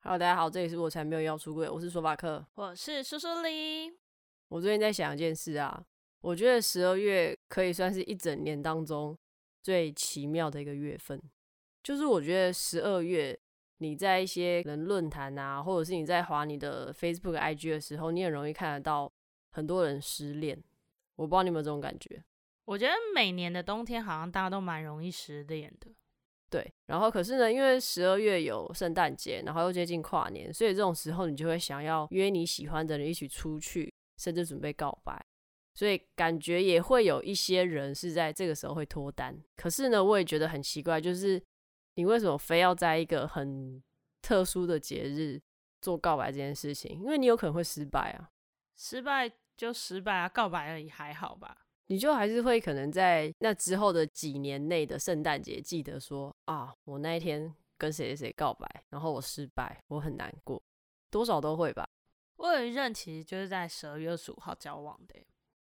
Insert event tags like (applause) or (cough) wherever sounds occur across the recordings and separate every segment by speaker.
Speaker 1: Hello，大家好，这里是我才没有要出柜，我是索法克。
Speaker 2: 我是苏苏黎，
Speaker 1: 我最近在想一件事啊，我觉得十二月可以算是一整年当中最奇妙的一个月份，就是我觉得十二月你在一些人论坛啊，或者是你在划你的 Facebook、IG 的时候，你很容易看得到很多人失恋。我不知道你有没有这种感觉？
Speaker 2: 我觉得每年的冬天好像大家都蛮容易失恋的。
Speaker 1: 对，然后可是呢，因为十二月有圣诞节，然后又接近跨年，所以这种时候你就会想要约你喜欢的人一起出去，甚至准备告白，所以感觉也会有一些人是在这个时候会脱单。可是呢，我也觉得很奇怪，就是你为什么非要在一个很特殊的节日做告白这件事情？因为你有可能会失败啊，
Speaker 2: 失败就失败啊，告白而已，还好吧？
Speaker 1: 你就还是会可能在那之后的几年内的圣诞节记得说啊，我那一天跟谁谁谁告白，然后我失败，我很难过，多少都会吧。
Speaker 2: 我有一任其实就是在十二月二十五号交往的欸，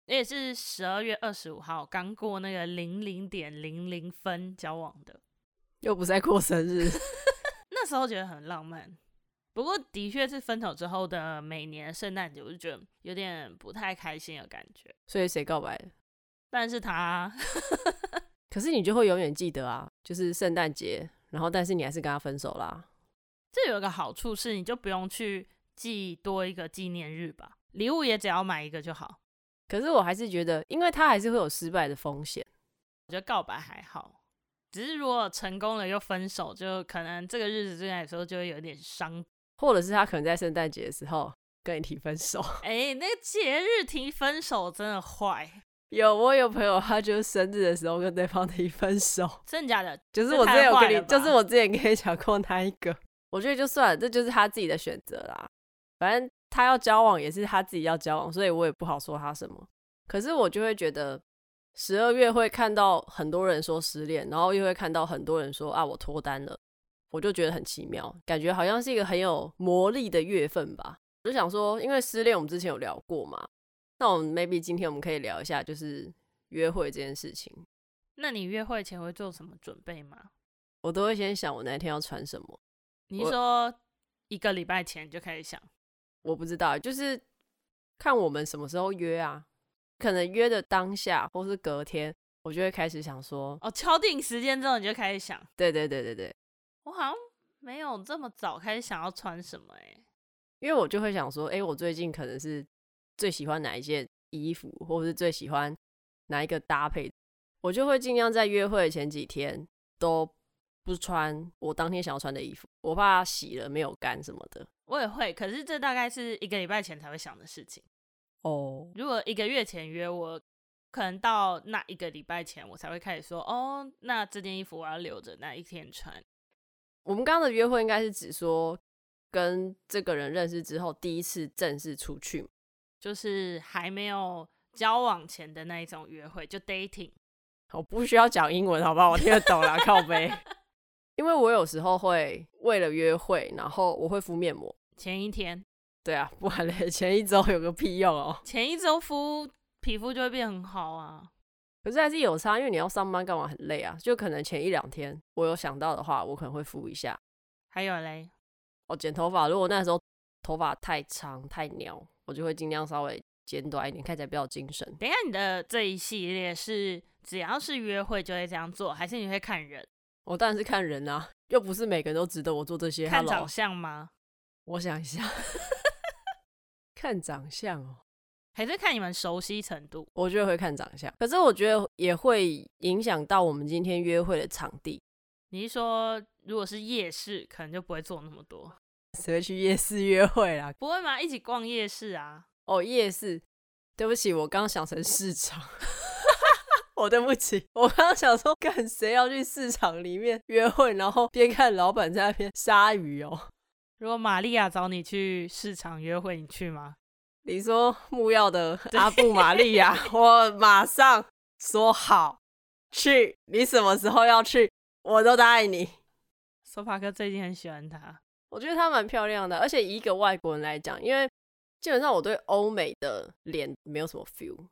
Speaker 2: 我也是十二月二十五号刚过那个零零点零零分交往的， (laughs)
Speaker 1: 又不是在过生日， (laughs)
Speaker 2: 那时候觉得很浪漫。不过的确是分手之后的每年圣诞节，我就觉得有点不太开心的感觉。
Speaker 1: 所以谁告白了？
Speaker 2: 但是他
Speaker 1: 可是你就会永远记得啊，就是圣诞节，然后但是你还是跟他分手啦。
Speaker 2: 这有一个好处是，你就不用去记多一个纪念日吧，礼物也只要买一个就好。
Speaker 1: 可是我还是觉得，因为他还是会有失败的风险。
Speaker 2: 我觉得告白还好，只是如果成功了又分手，就可能这个日子对你来说就会有点伤。
Speaker 1: 或者是他可能在圣诞节的时候跟你提分手。 (laughs)
Speaker 2: 哎，那个节日提分手真的坏，
Speaker 1: 有我有朋友，他就是生日的时候跟对方提分手，
Speaker 2: 真的假的？
Speaker 1: 就是
Speaker 2: 这
Speaker 1: 我之
Speaker 2: 太
Speaker 1: 前有
Speaker 2: 坏
Speaker 1: 跟你
Speaker 2: 了，
Speaker 1: 就是
Speaker 2: 吧
Speaker 1: 我之前跟你讲过那一个，我觉得就算了，这就是他自己的选择啦。反正他要交往也是他自己要交往，所以我也不好说他什么。可是我就会觉得，十二月会看到很多人说失恋，然后又会看到很多人说啊我脱单了，我就觉得很奇妙，感觉好像是一个很有魔力的月份吧。我就想说，因为失恋我们之前有聊过嘛，那我们 maybe 今天我们可以聊一下就是约会这件事情。
Speaker 2: 那你约会前会做什么准备吗？
Speaker 1: 我都会先想我那天要穿什么。
Speaker 2: 你
Speaker 1: 我
Speaker 2: 是说一个礼拜前就开始想，
Speaker 1: 我不知道，就是看我们什么时候约啊。可能约的当下或是隔天，我就会开始想说，
Speaker 2: 哦，敲定时间之后你就开始想。
Speaker 1: 对对对对对，
Speaker 2: 我好像没有这么早开始想要穿什么哎、
Speaker 1: 因为我就会想说，诶，我最近可能是最喜欢哪一件衣服，或是最喜欢哪一个搭配，我就会尽量在约会的前几天都不穿我当天想要穿的衣服，我怕洗了没有干什么的。
Speaker 2: 我也会，可是这大概是一个礼拜前才会想的事情。
Speaker 1: 哦，
Speaker 2: 如果一个月前约我，可能到那一个礼拜前我才会开始说，哦，那这件衣服我要留着那一天穿。
Speaker 1: 我们刚刚的约会应该是指说跟这个人认识之后第一次正式出去嘛
Speaker 2: 就是还没有交往前的那一种约会，就 dating。
Speaker 1: 我不需要讲英文，好不好？我听得懂啦，靠背。 (laughs) 因为我有时候会为了约会，然后我会敷面膜。
Speaker 2: 前一天，
Speaker 1: 对啊，不然嘞，前一周有个屁用哦。
Speaker 2: 前一周敷皮肤就会变很好啊。
Speaker 1: 可是还是有差，因为你要上班干嘛很累啊。就可能前一两天我有想到的话，我可能会敷一下。
Speaker 2: 还有嘞，
Speaker 1: 我、剪头发，如果那时候头发太长太鸟，我就会尽量稍微剪短一点，看起来比较精神。
Speaker 2: 等一下你的这一系列是只要是约会就会这样做，还是你会看人
Speaker 1: 我当然是看人啊，又不是每个人都值得我做这些。
Speaker 2: 看
Speaker 1: Hello
Speaker 2: 长相吗？
Speaker 1: 我想一下， (laughs) 看长相哦。
Speaker 2: 还是看你们熟悉程度？
Speaker 1: 我觉得会看长相，可是我觉得也会影响到我们今天约会的场地。
Speaker 2: 你是说如果是夜市，可能就不会做那么多，
Speaker 1: 谁会去夜市约会啦？
Speaker 2: 不会吗？一起逛夜市啊？
Speaker 1: 哦，夜市，对不起，我刚想成市场， (laughs) 我对不起，我刚想说，看谁要去市场里面约会，然后边看老板在那边杀鱼哦。
Speaker 2: 如果玛利亚找你去市场约会，你去吗？
Speaker 1: 你说木曜的阿布玛利亚，我马上说好去，你什么时候要去，我都答应你。
Speaker 2: 索法克最近很喜欢他，
Speaker 1: 我觉得她蛮漂亮的，而且以一个外国人来讲，因为基本上我对欧美的脸没有什么 feel，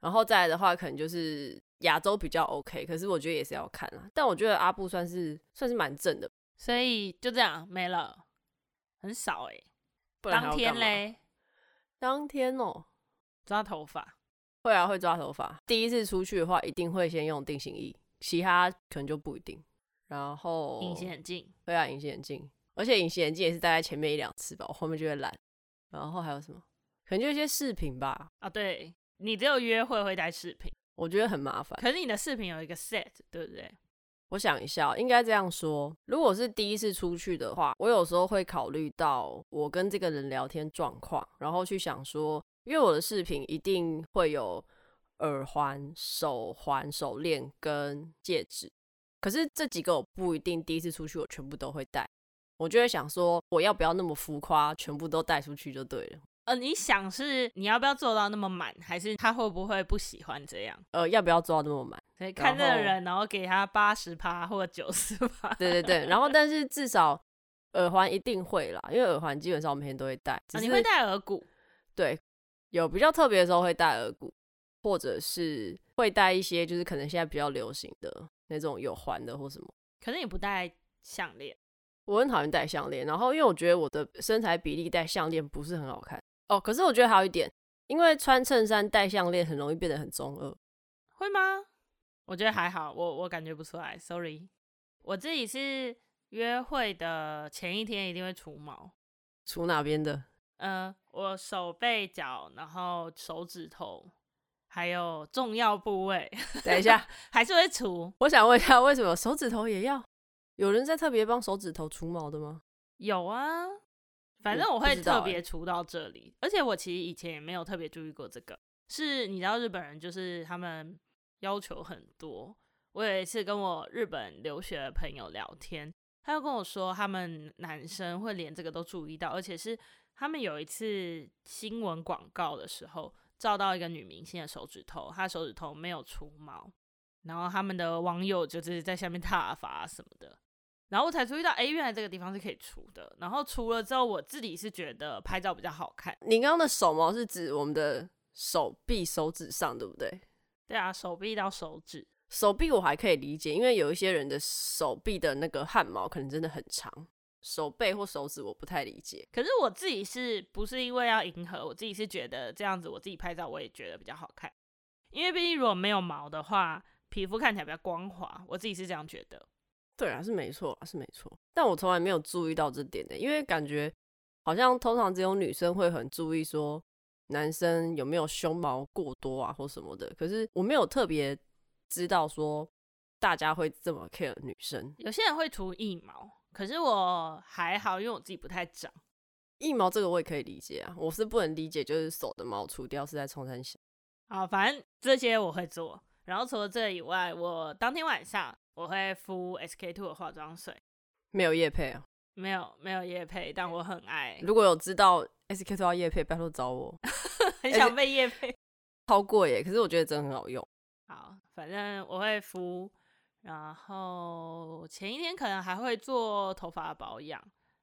Speaker 1: 然后再来的话，可能就是亚洲比较 OK，可是我觉得也是要看啦。但我觉得阿布算是算是蛮正的，
Speaker 2: 所以就这样没了。很少哎、
Speaker 1: 不然还
Speaker 2: 当
Speaker 1: 要
Speaker 2: 天
Speaker 1: 干嘛？
Speaker 2: 嘞，
Speaker 1: 当天哦，
Speaker 2: 抓头发，
Speaker 1: 会啊，会抓头发。第一次出去的话，一定会先用定型液，其他可能就不一定。然后
Speaker 2: 隐形眼镜，
Speaker 1: 对啊，隐形眼镜，而且隐形眼镜也是戴在前面一两次吧，我后面就会懒。然后还有什么？可能就一些饰品吧，
Speaker 2: 啊，对你只有约会会带饰品，
Speaker 1: 我觉得很麻烦。
Speaker 2: 可是你的饰品有一个 set，对不对？
Speaker 1: 我想一下哦，应该这样说：如果是第一次出去的话，我有时候会考虑到我跟这个人聊天状况，然后去想说，因为我的饰品一定会有耳环、手环、手链跟戒指，可是这几个我不一定第一次出去我全部都会戴，我就会想说，我要不要那么浮夸，全部都带出去就对了。
Speaker 2: 呃，你想是你要不要做到那么满，还是他会不会不喜欢这样？
Speaker 1: 呃，要不要做到那么满？
Speaker 2: 所以看这个
Speaker 1: 后
Speaker 2: 人，然后给他八十趴或九十趴。啊
Speaker 1: 对对对，然后但是至少耳环一定会啦，因为耳环基本上我每天都会戴，只
Speaker 2: 啊，
Speaker 1: 是
Speaker 2: 你会戴耳骨，
Speaker 1: 对，有比较特别的时候会戴耳骨，或者是会戴一些就是可能现在比较流行的那种有环的或什么。
Speaker 2: 可是你不戴项链。
Speaker 1: 我很讨厌戴项链，然后因为我觉得我的身材比例戴项链不是很好看哦。可是我觉得还有一点，因为穿衬衫戴项链很容易变得很中二。
Speaker 2: 会吗？我觉得还好，我我感觉不出来，sorry。我自己是约会的前一天一定会除毛，
Speaker 1: 除哪边的？
Speaker 2: 嗯、我手背脚，然后手指头，还有重要部位
Speaker 1: 等一下， (laughs)
Speaker 2: (laughs) 还是会除。
Speaker 1: 我想问一下，为什么手指头也要？有人在特别帮手指头除毛的吗？
Speaker 2: 有啊，反正
Speaker 1: 我
Speaker 2: 我
Speaker 1: 不
Speaker 2: 会
Speaker 1: 知
Speaker 2: 特
Speaker 1: 道
Speaker 2: 别
Speaker 1: 欸
Speaker 2: 除到这里，而且我其实以前也没有特别注意过这个。是你知道日本人就是他们要求很多。我有一次跟我日本留学的朋友聊天，他就跟我说，他们男生会连这个都注意到，而且是他们有一次新闻广告的时候，照到一个女明星的手指头，她手指头没有除毛，然后他们的网友就是在下面 (laughs) 挞伐什么的，然后我才注意到，哎，原来这个地方是可以除的。然后除了之后，我自己是觉得拍照比较好看。
Speaker 1: 你刚刚的手毛是指我们的手臂、手指上，对不对？
Speaker 2: 对啊，手臂到手指，
Speaker 1: 手臂我还可以理解，因为有一些人的手臂的那个汗毛可能真的很长，手背或手指我不太理解。
Speaker 2: 可是我自己是不是因为要迎合？我自己是觉得这样子，我自己拍照我也觉得比较好看，因为毕竟如果没有毛的话，皮肤看起来比较光滑。我自己是这样觉得。
Speaker 1: 对啊，是没错啊，是没错。但我从来没有注意到这点的，因为感觉好像通常只有女生会很注意说男生有没有胸毛过多啊或什么的。可是我没有特别知道说大家会这么 care 女生
Speaker 2: 有些人会除腋毛，可是我还好，因为我自己不太长。
Speaker 1: 腋毛，这个我也可以理解啊。我是不能理解，就是手的毛除掉是在冲山小。
Speaker 2: 啊，反正这些我会做。然后除了这以外，我当天晚上我会敷 SK two 的化妆水。
Speaker 1: 没有叶配啊。
Speaker 2: 没有没有叶配，但我很爱，
Speaker 1: 如果有知道 SK two 要叶配，拜托找我。
Speaker 2: 很想被叶配。
Speaker 1: 超贵耶，可是我觉得真的很好用。
Speaker 2: 好，反正我会敷，然后前一天可能还会做头发的保养。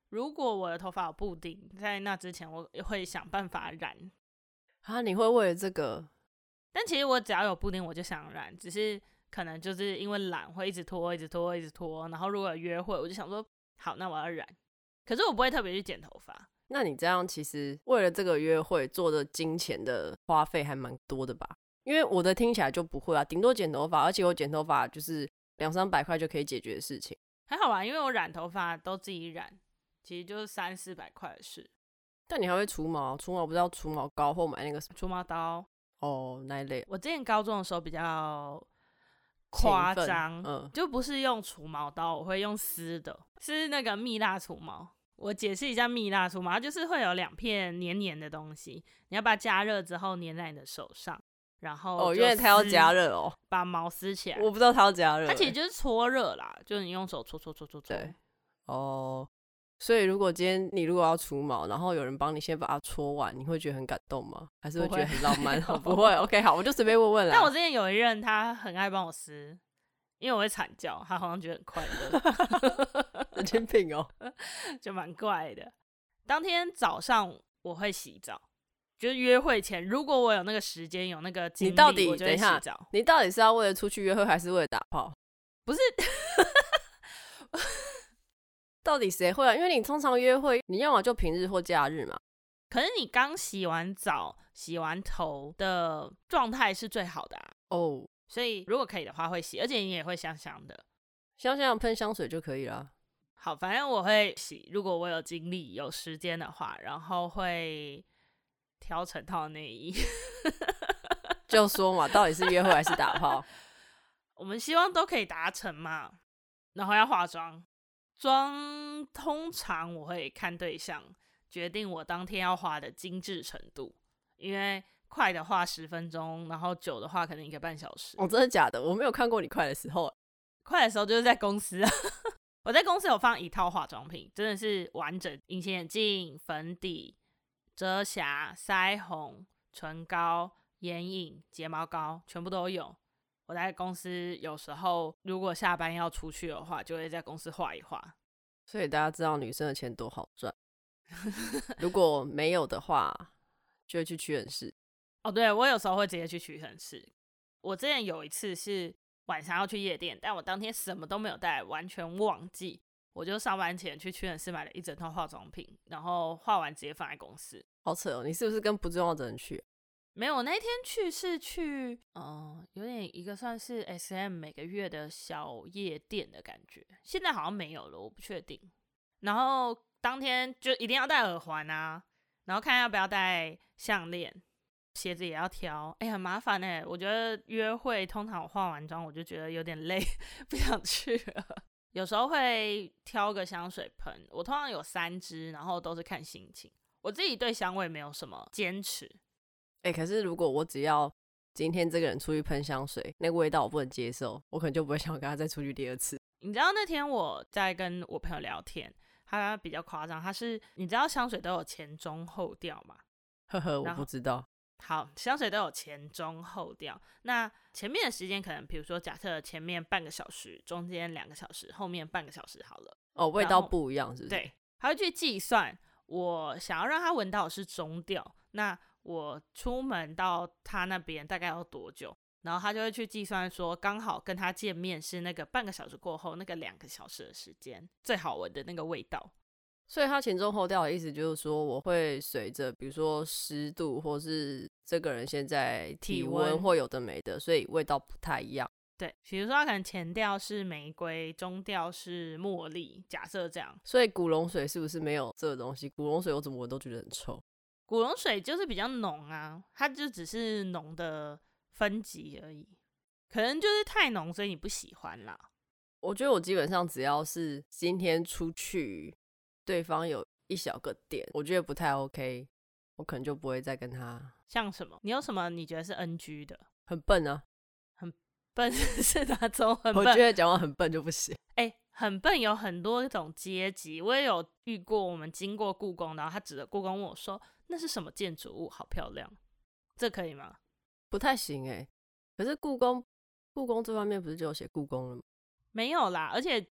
Speaker 2: 如果我的头发有布丁，在那之前我会想办法染。
Speaker 1: 啊，你会为了这个？
Speaker 2: 但其实我只要有布丁，我就想染，只是可能就是因为懒会一直拖，一直拖，一直拖。然后如果有约会，我就想说，好，那我要染。可是我不会特别去剪头发，
Speaker 1: 那你这样其实为了这个约会做的金钱的花费还蛮多的吧？因为我的听起来就不会啊，顶多剪头发，而且我剪头发就是两三百块就可以解决的事情。
Speaker 2: 还好吧，因为我染头发都自己染，其实就是三四百块的事。
Speaker 1: 但你还会除毛，除毛不是要除毛膏或买那个什么
Speaker 2: 除毛刀。
Speaker 1: 哦那一类
Speaker 2: 我之前高中的时候比较
Speaker 1: 勤奋
Speaker 2: 夸张，哦
Speaker 1: 嗯，
Speaker 2: 就不是用除毛刀，我会用丝的，是那个蜜蜡除毛。我解释一下蜜蜡除毛，它就是会有两片黏黏的东西，你要把它加热之后粘在你的手上，然后
Speaker 1: 哦，
Speaker 2: 就
Speaker 1: 因为它要
Speaker 2: 撕
Speaker 1: 加，热哦，
Speaker 2: 把毛撕起来。
Speaker 1: 我不知道它要加热欸、
Speaker 2: 它其实就是搓热啦，就是你用手搓搓搓搓搓。
Speaker 1: 对哦。所以，如果今天你如果要除毛，然后有人帮你先把它搓完，你会觉得很感动吗？还是会
Speaker 2: 不
Speaker 1: 觉得
Speaker 2: 会
Speaker 1: 很浪漫？ (laughs)
Speaker 2: 有
Speaker 1: 哦不会。OK，好，我就随便问问啦。
Speaker 2: 但我之前有一任他很爱帮我撕，因为我会惨叫，他好像觉得很快
Speaker 1: (laughs)
Speaker 2: 乐。
Speaker 1: 神经病哦。
Speaker 2: 就蛮怪的。当天早上我会洗澡，就是约会前，如果我有那个时间，有那个精力，
Speaker 1: 你到底
Speaker 2: 我就
Speaker 1: 等
Speaker 2: 会
Speaker 1: 一
Speaker 2: 洗
Speaker 1: 下
Speaker 2: 澡。
Speaker 1: 你到底是要为了出去约会，还是为了打炮？
Speaker 2: 不是，
Speaker 1: 到底谁会啊？因为你通常约会，你要么就平日或假日嘛。
Speaker 2: 可是你刚洗完澡、洗完头的状态是最好的、啊，
Speaker 1: 哦，
Speaker 2: 所以如果可以的话会洗，而且你也会香香的。
Speaker 1: 香香喷香水就可以啦。
Speaker 2: 好，反正我会洗，如果我有精力、有时间的话，然后会挑成套内衣。
Speaker 1: 就说嘛，到底是约会还是打炮？ (laughs)
Speaker 2: 我们希望都可以达成嘛。然后要化妆，妆通常我会看对象决定我当天要化的精致程度，因为快的话十分钟，然后久的话可能一个半小时。
Speaker 1: 哦，真的假的？我没有看过你快的时候欸，
Speaker 2: 快的时候就是在公司啊， (laughs) 我在公司有放一套化妆品，真的是完整隐形眼镜、粉底、遮瑕、腮红、唇膏、眼影、睫毛膏，全部都有。我在公司有时候如果下班要出去的话，就会在公司画一画。
Speaker 1: 所以大家知道女生的钱多好赚。如果没有的话，就会去屈臣氏。
Speaker 2: 哦，对，我有时候会直接去屈臣氏。我之前有一次是晚上要去夜店，但我当天什么都没有带，完全忘记。我就上班前去屈臣氏买了一整套化妆品，然后化完直接放在公司。
Speaker 1: 好扯哦，你是不是跟不重要的人去？
Speaker 2: 没有，我那天去是去，嗯、有点一个算是 S M 每个月的小夜店的感觉，现在好像没有了，我不确定。然后当天就一定要戴耳环啊，然后看要不要戴项链，鞋子也要挑，哎、很麻烦哎、我觉得约会通常我化完妆我就觉得有点累， (laughs) 不想去了。有时候会挑个香水喷，我通常有三支，然后都是看心情。我自己对香味没有什么坚持，
Speaker 1: 哎、可是如果我只要今天这个人出去喷香水，那个味道我不能接受，我可能就不会想跟他再出去第二次。
Speaker 2: 你知道那天我在跟我朋友聊天，他比较夸张，他是你知道香水都有前中后调嘛？
Speaker 1: 呵呵，我
Speaker 2: 然后
Speaker 1: 不知道。
Speaker 2: 好，香水都有前中后调。那前面的时间可能，比如说假设前面半个小时，中间两个小时，后面半个小时好了。
Speaker 1: 哦，味
Speaker 2: 然
Speaker 1: 道
Speaker 2: 后
Speaker 1: 不一样，是不是？，
Speaker 2: 对，他会去计算我想要让他闻到的是中调，那我出门到他那边大概要多久？然后他就会去计算说，刚好跟他见面是那个半个小时过后，那个两个小时的时间最好闻的那个味道。
Speaker 1: 所以它前中后调的意思就是说，我会随着比如说湿度，或是这个人现在
Speaker 2: 体
Speaker 1: 体
Speaker 2: 温
Speaker 1: 温或有的没的，所以味道不太一样。
Speaker 2: 对，比如说他可能前调是玫瑰，中调是茉莉，假设这样。
Speaker 1: 所以古龙水是不是没有这个东西？古龙水我怎么闻都觉得很臭。
Speaker 2: 古龙水就是比较浓啊，它就只是浓的分级而已，可能就是太浓，所以你不喜欢啦。
Speaker 1: 我觉得我基本上只要是今天出去，对方有一小个点，我觉得不太 OK，我可能就不会再跟他。
Speaker 2: 像什么？你有什么你觉得是 NG 的？
Speaker 1: 很笨啊，
Speaker 2: 笨 (laughs) 是哪种很
Speaker 1: 我觉
Speaker 2: 笨？
Speaker 1: 得讲话很笨就不行。 (laughs)
Speaker 2: 哎、很笨有很多种阶级，我也有遇过。我们经过故宫，然后他指着故宫问我说：“那是什么建筑物？好漂亮。”这可以吗？
Speaker 1: 不太行哎、可是故宫，故宫这方面不是就有写故宫了吗？
Speaker 2: 没有啦，而且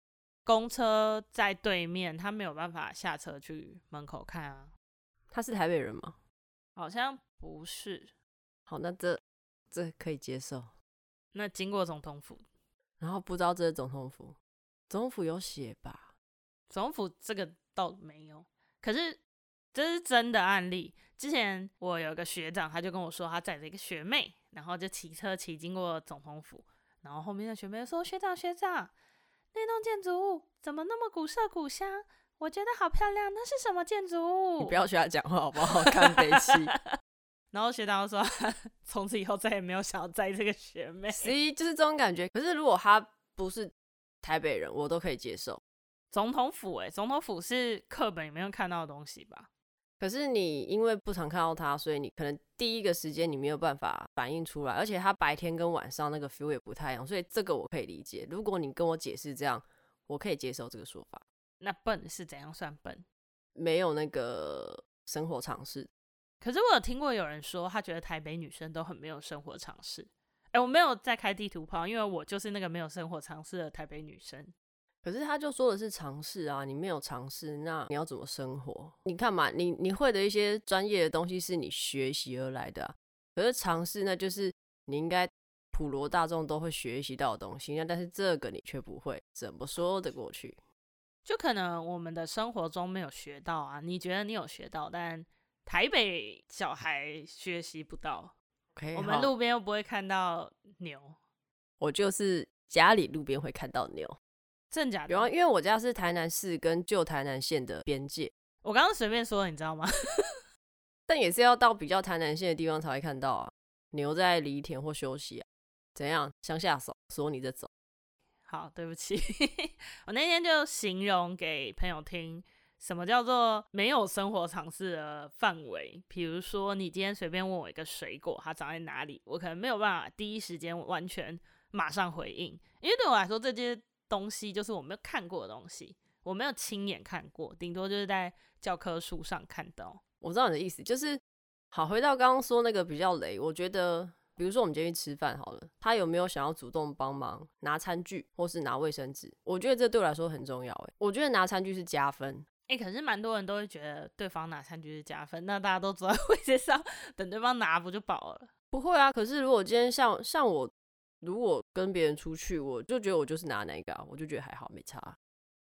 Speaker 2: 公车在对面，他没有办法下车去门口看啊，
Speaker 1: 他是台北人吗？
Speaker 2: 好像不是。
Speaker 1: 好，那这这可以接受。
Speaker 2: 那经过总统府，
Speaker 1: 然后不知道这是总统府，总统府有写吧？
Speaker 2: 总统府这个倒没有，可是这是真的案例。之前我有一个学长，他就跟我说，他载着一个学妹，然后就骑车骑经过总统府，然后后面的学妹就说：“学长，学长，那栋建筑物怎么那么古色古香？我觉得好漂亮，那是什么建筑物？”
Speaker 1: 你不要学他讲话好不
Speaker 2: (laughs)
Speaker 1: 好？看北七。 (laughs)
Speaker 2: 然后学长就说， (laughs) 从此以后再也没有想要载这个学妹。
Speaker 1: C 就是这种感觉。可是如果他不是台北人，我都可以接受。
Speaker 2: 总统府、欸，总统府是课本里面看到的东西吧？
Speaker 1: 可是你因为不常看到他，所以你可能第一个时间你没有办法反应出来，而且他白天跟晚上那个 feel 也不太一样，所以这个我可以理解。如果你跟我解释这样，我可以接受这个说法，
Speaker 2: 那笨是怎样算笨？
Speaker 1: 没有那个生活常识。
Speaker 2: 可是我有听过有人说，他觉得台北女生都很没有生活常识。哎、我没有在开地图炮，因为我就是那个没有生活常识的台北女生。
Speaker 1: 可是他就说的是尝试啊，你没有尝试，那你要怎么生活？你看嘛，你你会的一些专业的东西是你学习而来的啊、可是尝试那就是你应该普罗大众都会学习到的东西，那但是这个你却不会，怎么说得过去？
Speaker 2: 就可能我们的生活中没有学到啊。你觉得你有学到，但台北小孩学习不到。
Speaker 1: OK，好
Speaker 2: 我们路边又不会看到牛，
Speaker 1: 我就是家里路边会看到牛，
Speaker 2: 真假的？
Speaker 1: 然后啊因为我家是台南市跟旧台南县的边界，
Speaker 2: 我刚刚随便说的，你知道吗？
Speaker 1: 但也是要到比较台南县的地方才会看到啊。牛在犁田或休息啊，怎样乡下手说你这种，
Speaker 2: 好，对不起， (laughs) 我那天就形容给朋友听，什么叫做没有生活常识的范围。比如说，你今天随便问我一个水果，它长在哪里，我可能没有办法第一时间完全马上回应，因为对我来说，这些东西就是我没有看过的东西，我没有亲眼看过，顶多就是在教科书上看到。
Speaker 1: 我知道你的意思，就是好回到刚刚说那个比较雷，我觉得比如说我们今天去吃饭好了，他有没有想要主动帮忙拿餐具或是拿卫生纸？我觉得这对我来说很重要诶，我觉得拿餐具是加分，
Speaker 2: 哎、可是蛮多人都会觉得对方拿餐具是加分，那大家都 (laughs) 坐在位置上等对方拿不就饱了？
Speaker 1: 不会啊，可是如果今天像像我，如果跟别人出去，我就觉得我就是拿那个、啊，我就觉得还好，没差啊、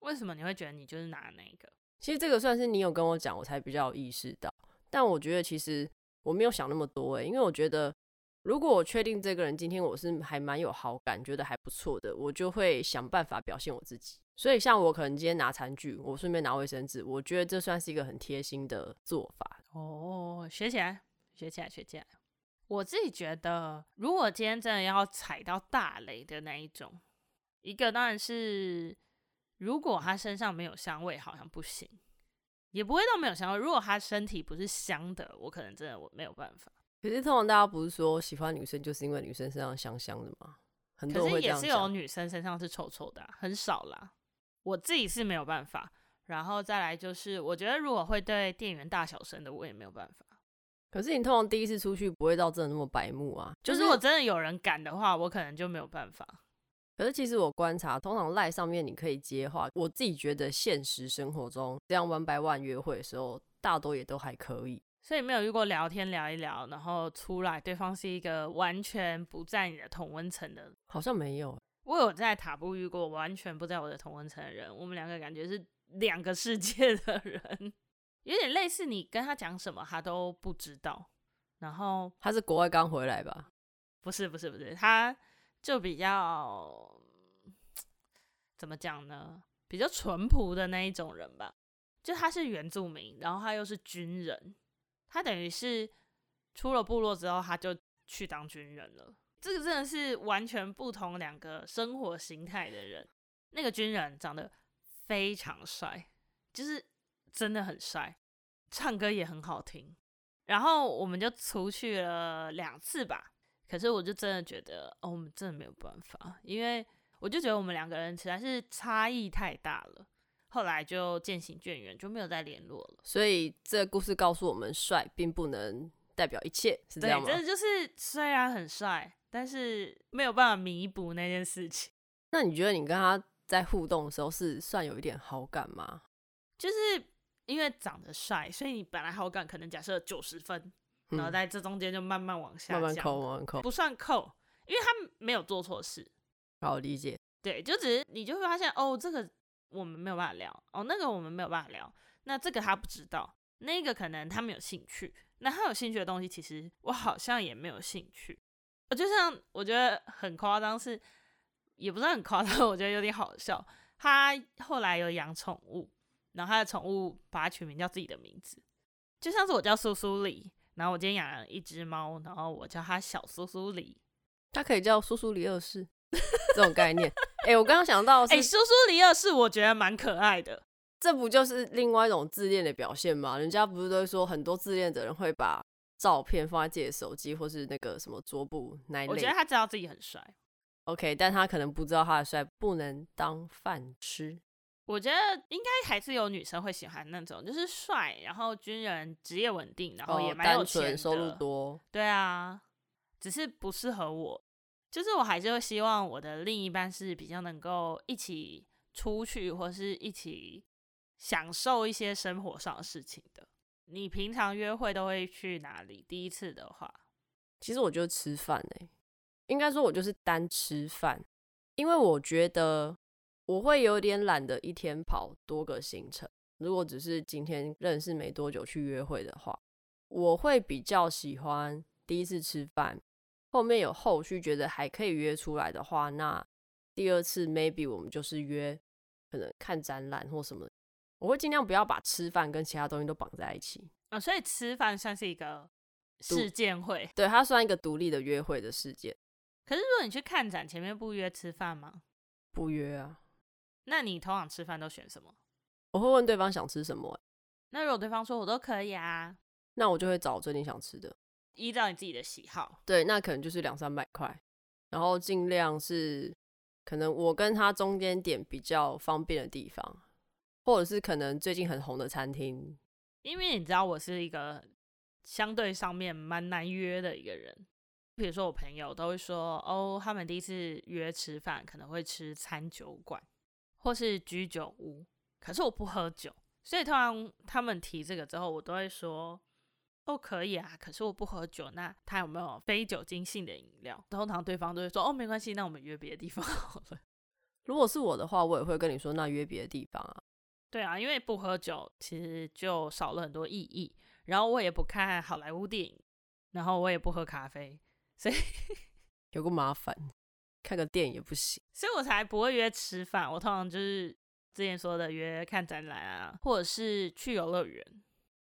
Speaker 2: 为什么你会觉得你就是拿那个？
Speaker 1: 其实这个算是你有跟我讲，我才比较有意识到。但我觉得其实我没有想那么多欸诶、因为我觉得如果我确定这个人今天我是还蛮有好感，觉得还不错的，我就会想办法表现我自己。所以像我可能今天拿餐具，我顺便拿卫生纸，我觉得这算是一个很贴心的做法。
Speaker 2: 哦，学起来，学起来，学起来。我自己觉得，如果今天真的要踩到大雷的那一种，一个当然是，如果他身上没有香味，好像不行，也不会到没有香味。如果他身体不是香的，我可能真的我没有办法。
Speaker 1: 可是通常大家不是说喜欢女生就是因为女生身上香香的吗？很多人
Speaker 2: 可是
Speaker 1: 会这
Speaker 2: 也
Speaker 1: 样啊
Speaker 2: 是有
Speaker 1: 想。
Speaker 2: 女生身上是臭臭的啊、很少啦。我自己是没有办法。然后再来就是，我觉得如果会对店员大小声的，我也没有办法。
Speaker 1: 可是你通常第一次出去不会到真的那么白目啊，
Speaker 2: 就
Speaker 1: 就是是
Speaker 2: 我真的有人敢的话，我可能就没有办法。
Speaker 1: 可是其实我观察，通常赖上面你可以接话，我自己觉得现实生活中这样 one by one 约会的时候，大多也都还可以。
Speaker 2: 所以没有遇过聊天聊一聊，然后出来对方是一个完全不在你的同温层的。
Speaker 1: 好像没有欸，
Speaker 2: 我有在塔布遇过完全不在我的同温层的人，我们两个感觉是两个世界的人， (laughs) 有点类似你跟他讲什么他都不知道，然后
Speaker 1: 他是国外刚回来吧？
Speaker 2: 不是不是不是，他就比较怎么讲呢？比较淳朴的那一种人吧。就他是原住民，然后他又是军人，他等于是出了部落之后，他就去当军人了。这个真的是完全不同两个生活形态的人。那个军人长得非常帅，就是真的很帅，唱歌也很好听。然后我们就出去了两次吧，可是我就真的觉得，哦，我们真的没有办法，因为我就觉得我们两个人实在是差异太大了。后来就渐行渐远，就没有再联络了。
Speaker 1: 所以这个故事告诉我们，帅并不能代表一切，是这
Speaker 2: 对
Speaker 1: 样，吗？
Speaker 2: 真的就是虽然很帅，但是没有办法弥补那件事情。
Speaker 1: 那你觉得你跟他在互动的时候是算有一点好感吗？
Speaker 2: 就是因为长得帅，所以你本来好感可能假设九十分，然后
Speaker 1: 嗯、
Speaker 2: 在这中间就慢慢往下
Speaker 1: 慢慢
Speaker 2: 降
Speaker 1: 抠，慢慢抠，
Speaker 2: 不算扣，因为他没有做错事，
Speaker 1: 好理解。
Speaker 2: 对，就只是你就会发现哦，这个我们没有办法聊，哦，那个我们没有办法聊，那这个他不知道，那个可能他没有兴趣，那他有兴趣的东西，其实我好像也没有兴趣。我就像我觉得很夸张是，也不是很夸张，我 (laughs) 觉得有点好笑。他后来有养宠物，然后他的宠物把它取名叫自己的名字，就像是我叫苏苏里，然后我今天养了一只猫，然后我叫它小苏苏里。
Speaker 1: 他可以叫叔叔李二世 (laughs) 这种概念。哎、我刚刚想到是
Speaker 2: 哎、苏苏里二世我觉得蛮可爱的。
Speaker 1: 这不就是另外一种自恋的表现吗？人家不是都会说，很多自恋的人会把照片放在自己的手机或是那个什么桌布那一
Speaker 2: 我觉得
Speaker 1: 类。
Speaker 2: 他知道自己很帅。
Speaker 1: OK，但他可能不知道他的帅不能当饭吃。
Speaker 2: 我觉得应该还是有女生会喜欢那种，就是帅，然后军人职业稳定，然后也
Speaker 1: 哦
Speaker 2: 蛮有
Speaker 1: 单
Speaker 2: 钱的，
Speaker 1: 纯收入多，
Speaker 2: 对啊，只是不适合我。就是我还是会希望我的另一半是比较能够一起出去，或是一起享受一些生活上的事情的。你平常约会都会去哪里？第一次的话，
Speaker 1: 其实我就是吃欸饭哎、应该说我就是单吃饭，因为我觉得我会有点懒得一天跑多个行程。如果只是今天认识没多久去约会的话，我会比较喜欢第一次吃饭，后面有后续觉得还可以约出来的话，那第二次 maybe 我们就是约可能看展览或什么的。我会尽量不要把吃饭跟其他东西都绑在一起。
Speaker 2: 啊、所以吃饭算是一个事件会。
Speaker 1: 对，它算一个独立的约会的事件，
Speaker 2: 可是如果你去看展，前面不约吃饭吗？
Speaker 1: 不约啊。
Speaker 2: 那你通常吃饭都选什么？
Speaker 1: 我会问对方想吃什么、欸
Speaker 2: 那如果对方说我都可以啊，
Speaker 1: 那我就会找我最近想吃的。
Speaker 2: 依照你自己的喜好，
Speaker 1: 对，那可能就是两三百块，然后尽量是可能我跟他中间点比较方便的地方，或者是可能最近很红的餐厅。
Speaker 2: 因为你知道我是一个相对上面蛮难约的一个人。比如说我朋友都会说，哦，他们第一次约吃饭可能会吃餐酒馆或是居酒屋，可是我不喝酒，所以通常他们提这个之后，我都会说，哦，可以啊，可是我不喝酒，那他有没有非酒精性的饮料？通常对方都会说，哦，没关系，那我们约别的地方好了。
Speaker 1: 如果是我的话，我也会跟你说，那约别的地方啊。
Speaker 2: 对啊，因为不喝酒其实就少了很多意义。然后我也不看好莱坞电影，然后我也不喝咖啡，所以
Speaker 1: 有个麻烦，看个电影也不行。
Speaker 2: 所以我才不会约吃饭。我通常就是之前说的约看展览啊，或者是去游乐园。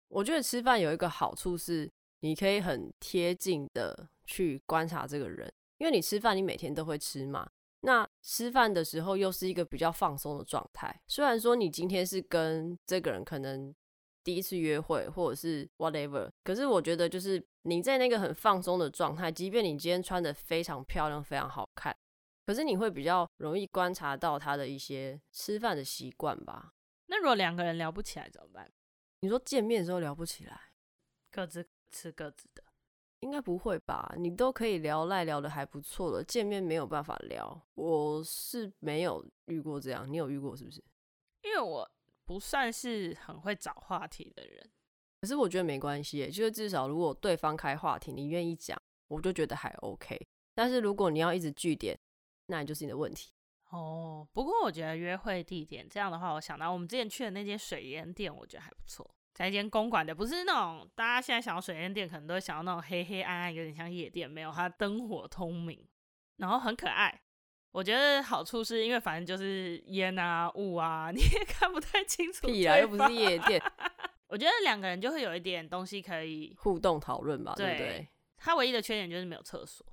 Speaker 1: 我觉得吃饭有一个好处是，你可以很贴近的去观察这个人，因为你吃饭你每天都会吃嘛。那吃饭的时候又是一个比较放松的状态，虽然说你今天是跟这个人可能第一次约会或者是 whatever，可是我觉得就是你在那个很放松的状态，即便你今天穿的非常漂亮、非常好看，可是你会比较容易观察到他的一些吃饭的习惯吧。
Speaker 2: 那如果两个人聊不起来怎么办？
Speaker 1: 你说见面的时候聊不起来，
Speaker 2: 各自吃各自的。
Speaker 1: 应该不会吧？你都可以聊赖聊的还不错了，见面没有办法聊，我是没有遇过这样，你有遇过是不是？
Speaker 2: 因为我不算是很会找话题的人，
Speaker 1: 可是我觉得没关系耶，就是至少如果对方开话题，你愿意讲，我就觉得还 OK。但是如果你要一直据点，那就是你的问题。
Speaker 2: 哦，不过我觉得约会地点这样的话，我想到我们之前去的那间水烟店，我觉得还不错，在一间公馆的，不是那种大家现在想到水烟店，可能都会想到那种黑黑暗暗，有点像夜店，没有它灯火通明，然后很可爱。我觉得好处是因为反正就是烟啊雾啊， (laughs) 你也看不太清楚。
Speaker 1: 屁啊啦，又不是。夜
Speaker 2: (laughs)
Speaker 1: 店，
Speaker 2: 我觉得两个人就会有一点东西可以
Speaker 1: 互动讨论吧，对不对
Speaker 2: 对？它唯一的缺点就是没有厕所，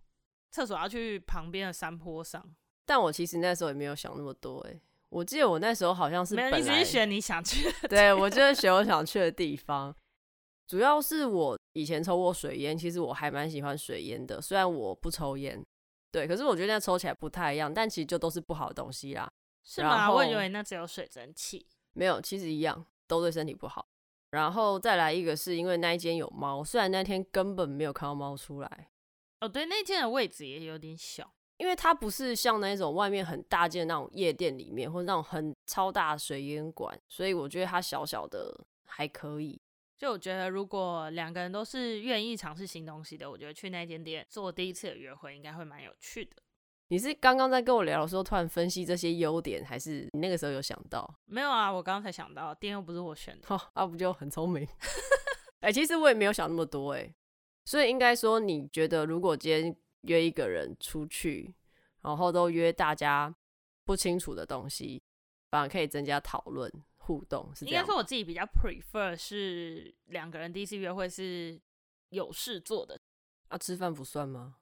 Speaker 2: 厕所要去旁边的山坡上。
Speaker 1: 但我其实那时候也没有想那么多，哎，我记得我那时候好像是
Speaker 2: 没
Speaker 1: 本
Speaker 2: 有，
Speaker 1: 来
Speaker 2: 你只是选你想去
Speaker 1: (laughs)
Speaker 2: 的。
Speaker 1: 对我就是选我想去的地方。主要是我以前抽过水烟，其实我还蛮喜欢水烟的，虽然我不抽烟，对，可是我觉得那抽起来不太一样，但其实就都是不好的东西啦。
Speaker 2: 是
Speaker 1: 然
Speaker 2: 吗？我以
Speaker 1: 后
Speaker 2: 为那只有水蒸气。
Speaker 1: 没有，其实一样，都对身体不好。然后再来一个是因为那一间有猫，虽然那天根本没有看到猫出来，
Speaker 2: 哦，对，那间的位置也有点小。
Speaker 1: 因为它不是像那种外面很大间的那种夜店里面，或者那种很超大的水烟馆，所以我觉得它小小的还可以。
Speaker 2: 就我觉得，如果两个人都是愿意尝试新东西的，我觉得去那间店做第一次的约会应该会蛮有趣的。
Speaker 1: 你是刚刚在跟我聊的时候突然分析这些优点，还是你那个时候有想到？
Speaker 2: 没有啊，我刚刚才想到，店又不是我选的。
Speaker 1: 哈、啊不就很聪明？ (laughs) 哎、其实我也没有想那么多哎、所以应该说，你觉得如果今天约一个人出去，然后都约大家不清楚的东西，反而可以增加讨论互动，是这
Speaker 2: 应该
Speaker 1: 样
Speaker 2: 说
Speaker 1: 吗？
Speaker 2: 我自己比较 prefer 是两个人第一次约会是有事做的。
Speaker 1: 啊，吃饭不算吗？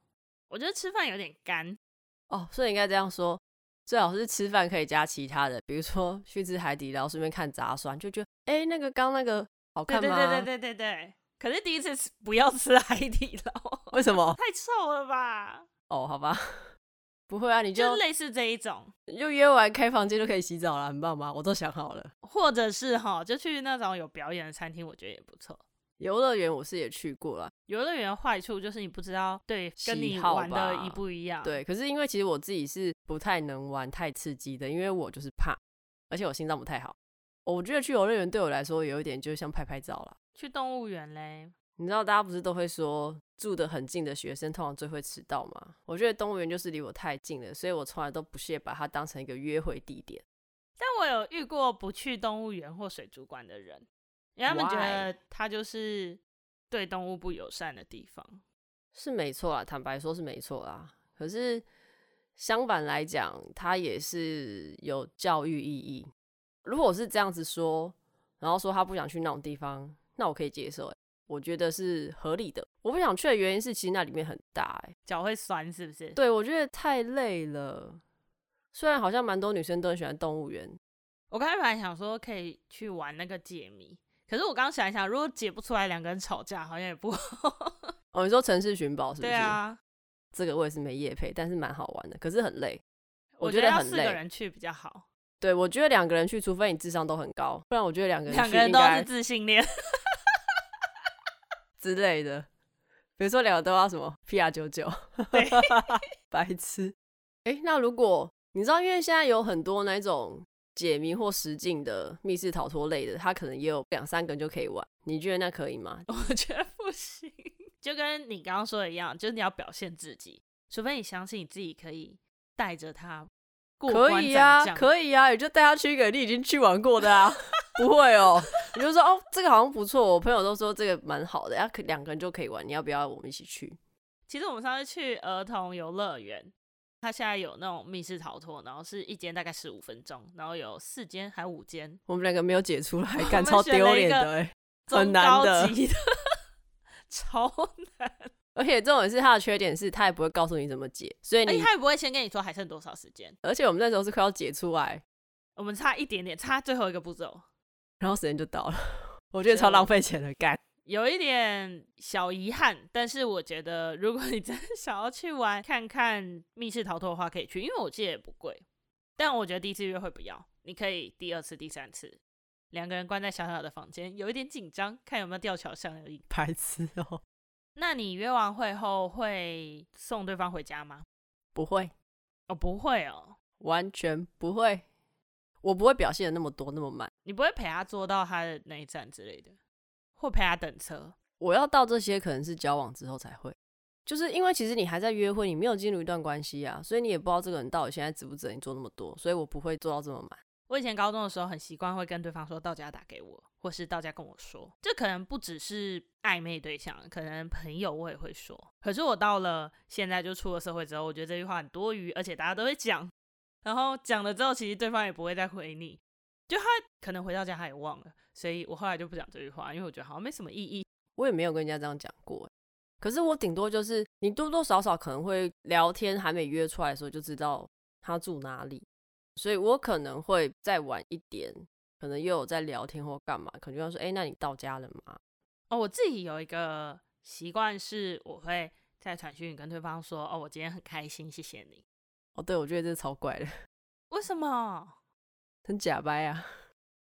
Speaker 2: 我觉得吃饭有点干，
Speaker 1: 哦，所以应该这样说，最好是吃饭可以加其他的，比如说去吃海底捞，顺便看杂耍，你就觉得哎、那个刚那个好
Speaker 2: 对
Speaker 1: 看
Speaker 2: 对
Speaker 1: 吗？
Speaker 2: 对对对对对。可是第一次吃不要吃 (laughs) 海底捞，
Speaker 1: (laughs) 为什么？
Speaker 2: 太臭了吧？
Speaker 1: 哦，好吧， (laughs) 不会啊，你就
Speaker 2: 就类似这一种，
Speaker 1: 就约完开房间就可以洗澡了，很棒吧？我都想好了。
Speaker 2: 或者是哈，就去那种有表演的餐厅，我觉得也不错。
Speaker 1: 游乐园我是也去过了，
Speaker 2: 游乐园的坏处就是你不知道对跟
Speaker 1: 喜
Speaker 2: 你
Speaker 1: 好
Speaker 2: 玩的
Speaker 1: 吧
Speaker 2: 一不一样。，
Speaker 1: 对，可是因为其实我自己是不太能玩太刺激的，因为我就是怕，而且我心脏不太好。我觉得去游乐园对我来说有一点就像拍拍照啦。
Speaker 2: 去动物园嘞，
Speaker 1: 你知道大家不是都会说住得很近的学生通常最会迟到吗？我觉得动物园就是离我太近了，所以我从来都不屑把它当成一个约会地点。
Speaker 2: 但我有遇过不去动物园或水族馆的人，因为他们觉
Speaker 1: Why？
Speaker 2: 得它就是对动物不友善的地方。
Speaker 1: 是没错啦，坦白说是没错啦。可是相反来讲，它也是有教育意义。如果我是这样子说，然后说他不想去那种地方，那我可以接受、欸，我觉得是合理的。我不想去的原因是，其实那里面很大、欸，
Speaker 2: 脚会酸是不是？
Speaker 1: 对我觉得太累了。虽然好像蛮多女生都很喜欢动物园，
Speaker 2: 我刚才本来想说可以去玩那个解谜，可是我刚想一想，如果解不出来，两个人吵架好像也不好。
Speaker 1: 哦，你说城市寻宝是不是？
Speaker 2: (laughs) 对啊，
Speaker 1: 这个我也是没夜配，但是蛮好玩的，可是很累。我
Speaker 2: 觉
Speaker 1: 觉得
Speaker 2: 要
Speaker 1: 很
Speaker 2: 四个
Speaker 1: 累
Speaker 2: 人去比较好，
Speaker 1: 对，我觉得两个人去，除非你智商都很高，不然我觉得两个人
Speaker 2: 两
Speaker 1: 去
Speaker 2: 个人
Speaker 1: 应
Speaker 2: 都
Speaker 1: 该
Speaker 2: 是自信恋。
Speaker 1: 之类的，比如说两个都要什么 PR 九九
Speaker 2: 对，
Speaker 1: 白痴。哎、那如果你知道，因为现在有很多那种解谜或实境的密室逃脱类的，它可能也有两三个人就可以玩，你觉得那可以吗？
Speaker 2: 我觉得不行。 (laughs) 就跟你刚刚说的一样，就是你要表现自己，除非你相信你自己可以带着他过
Speaker 1: 可
Speaker 2: 关
Speaker 1: 以
Speaker 2: 斩
Speaker 1: 呀、
Speaker 2: 将。
Speaker 1: 可以呀、也就带他去一个你已经去玩过的啊，不会哦。你就说哦，这个好像不错，我朋友都说这个蛮好的，要啊可两个人就可以玩，你要不要我们一起去？
Speaker 2: 其实我们上次去儿童游乐园，它现在有那种密室逃脱，然后是一间大概十五分钟，然后有四间还五间，
Speaker 1: 我们两个没有解出来，
Speaker 2: 我
Speaker 1: 感
Speaker 2: 们
Speaker 1: 超
Speaker 2: 选了
Speaker 1: 丢
Speaker 2: 一
Speaker 1: 脸
Speaker 2: 个
Speaker 1: 的、欸，很
Speaker 2: 中
Speaker 1: 难
Speaker 2: 高
Speaker 1: 的
Speaker 2: 级的， (laughs) 超难。
Speaker 1: 而且这种是它的缺点是，它也不会告诉你怎么解，所以
Speaker 2: 而且
Speaker 1: 哎你，
Speaker 2: 他也不会先跟你说还剩多少时间，
Speaker 1: 而且我们那时候是快要解出来，
Speaker 2: 我们差一点点，差最后一个步骤，
Speaker 1: 然后时间就到了，我觉得超浪费钱的，干。
Speaker 2: 有一点小遗憾。但是我觉得，如果你真的想要去玩看看密室逃脱的话，可以去，因为我记得也不贵。但我觉得第一次约会不要，你可以第二次、第三次，两个人关在小小的房间，有一点紧张，看有没有吊桥上而已。
Speaker 1: 白痴哦、
Speaker 2: 那你约完会后会送对方回家吗？
Speaker 1: (laughs) 不会，
Speaker 2: 哦，不会哦，
Speaker 1: 完全不会，我不会表现的那么多那么满，
Speaker 2: 你不会陪他坐到他的那一站之类的，或陪他等车。
Speaker 1: 我要到这些可能是交往之后才会，就是因为其实你还在约会，你没有进入一段关系啊，所以你也不知道这个人到底现在值不值得你做那么多，所以我不会做到这么满。
Speaker 2: 我以前高中的时候很习惯会跟对方说到家打给我，或是到家跟我说，这可能不只是暧昧对象，可能朋友我也会说。可是我到了现在就出了社会之后，我觉得这句话很多余，而且大家都会讲，然后讲了之后，其实对方也不会再回你，就他可能回到家他也忘了，所以我后来就不讲这句话，因为我觉得好像没什么意义。
Speaker 1: 我也没有跟人家这样讲过欸。可是我顶多就是你多多少少可能会聊天，还没约出来的时候就知道他住哪里，所以我可能会再晚一点，可能又有在聊天或干嘛，可能就要说，哎、那你到家了吗？
Speaker 2: 哦，我自己有一个习惯是，我会在传讯跟对方说，哦，我今天很开心，谢谢你。
Speaker 1: 哦，对，我觉得这超怪的， (laughs)
Speaker 2: 为什么？
Speaker 1: 很假掰啊。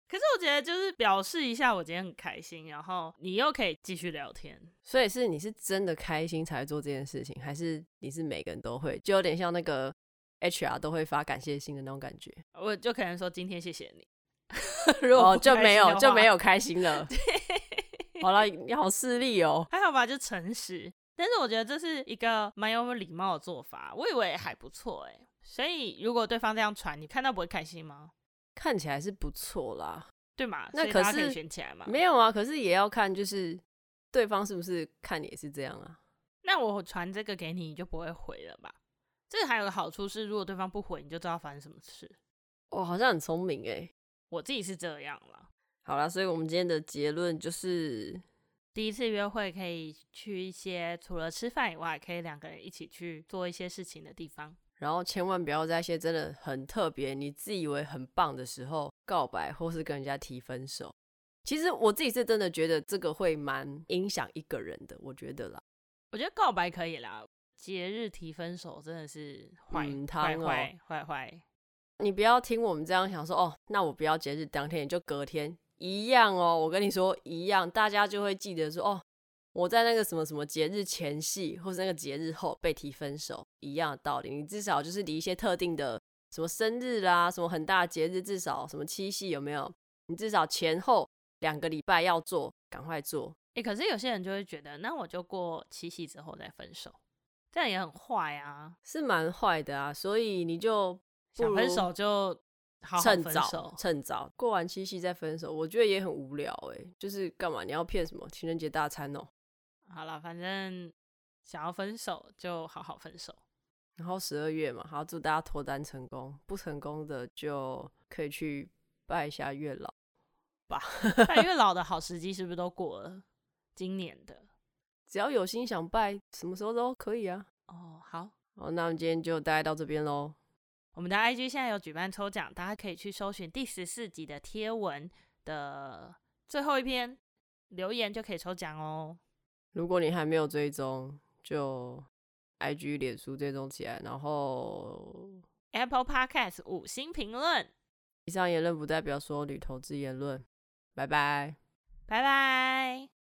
Speaker 2: 可是我觉得就是表示一下我今天很开心，然后你又可以继续聊天。
Speaker 1: 所以是你是真的开心才做这件事情，还是你是每个人都会，就有点像那个 HR 都会发感谢信的那种感觉？
Speaker 2: 我就可能说今天谢谢你。 (laughs) 如果
Speaker 1: 哦，
Speaker 2: 不
Speaker 1: 就
Speaker 2: 开
Speaker 1: 没
Speaker 2: 心的
Speaker 1: 有就
Speaker 2: 话
Speaker 1: 没，有开心
Speaker 2: (laughs)
Speaker 1: 了。好了，你好势利哦。
Speaker 2: 还好吧，就诚实。但是我觉得这是一个蛮有礼貌的做法，我以为还不错哎、所以如果对方这样传，你看到不会开心吗？
Speaker 1: 看起来是不错啦，
Speaker 2: 对嘛？
Speaker 1: 那
Speaker 2: 所以
Speaker 1: 可
Speaker 2: 大家可以
Speaker 1: 是
Speaker 2: 选起来嘛。
Speaker 1: 没有啊，可是也要看就是对方是不是看你也是这样啊。
Speaker 2: 那我传这个给你，你就不会回了吧？这个还有个好处是，如果对方不回，你就知道发生什么事。
Speaker 1: 哇，哦好像很聪明哎。
Speaker 2: 我自己是这样了。
Speaker 1: 好啦，所以我们今天的结论就是，
Speaker 2: 第一次约会可以去一些除了吃饭以外，可以两个人一起去做一些事情的地方。
Speaker 1: 然后千万不要在一些真的很特别、你自以为很棒的时候告白，或是跟人家提分手。其实我自己是真的觉得这个会蛮影响一个人的，我觉得啦。
Speaker 2: 我觉得告白可以啦，节日提分手真的是坏、
Speaker 1: 嗯汤
Speaker 2: 坏
Speaker 1: 哦
Speaker 2: 坏坏坏。
Speaker 1: 你不要听我们这样想说哦，那我不要节日当天，你就隔天一样哦。我跟你说一样，大家就会记得说哦，我在那个什么什么节日前夕，或是那个节日后被提分手，一样的道理。你至少就是离一些特定的什么生日啦，什么很大的节日，至少什么七夕有没有？你至少前后两个礼拜要做，赶快做。
Speaker 2: 诶、可是有些人就会觉得，那我就过七夕之后再分手，这样也很坏啊！
Speaker 1: 是蛮坏的啊，所以你就不
Speaker 2: 想分
Speaker 1: 如
Speaker 2: 手就好好
Speaker 1: 趁
Speaker 2: 分
Speaker 1: 早
Speaker 2: 手
Speaker 1: 趁早过完七夕再分手，我觉得也很无聊哎、就是干嘛？你要骗什么情人节大餐哦、
Speaker 2: 好了，反正想要分手就好好
Speaker 1: (laughs)
Speaker 2: 分手。
Speaker 1: 然后十二月嘛，好祝大家脱单成功，不成功的就可以去拜一下月老吧。
Speaker 2: 拜月老的好时机是不是都过了？今年的
Speaker 1: 只要有心想拜，什么时候都可以啊。
Speaker 2: 哦，好，
Speaker 1: 好，那我们今天就大概到这边喽。
Speaker 2: 我们的 IG 现在有举办抽奖，大家可以去搜寻第十四集的贴文的最后一篇留言就可以抽奖哦。
Speaker 1: 如果你还没有追踪，就 IG、脸书追踪起来。然后，
Speaker 2: Apple Podcast 五星评论，
Speaker 1: 以上言论不代表所有女投资言论。拜拜。
Speaker 2: 拜拜。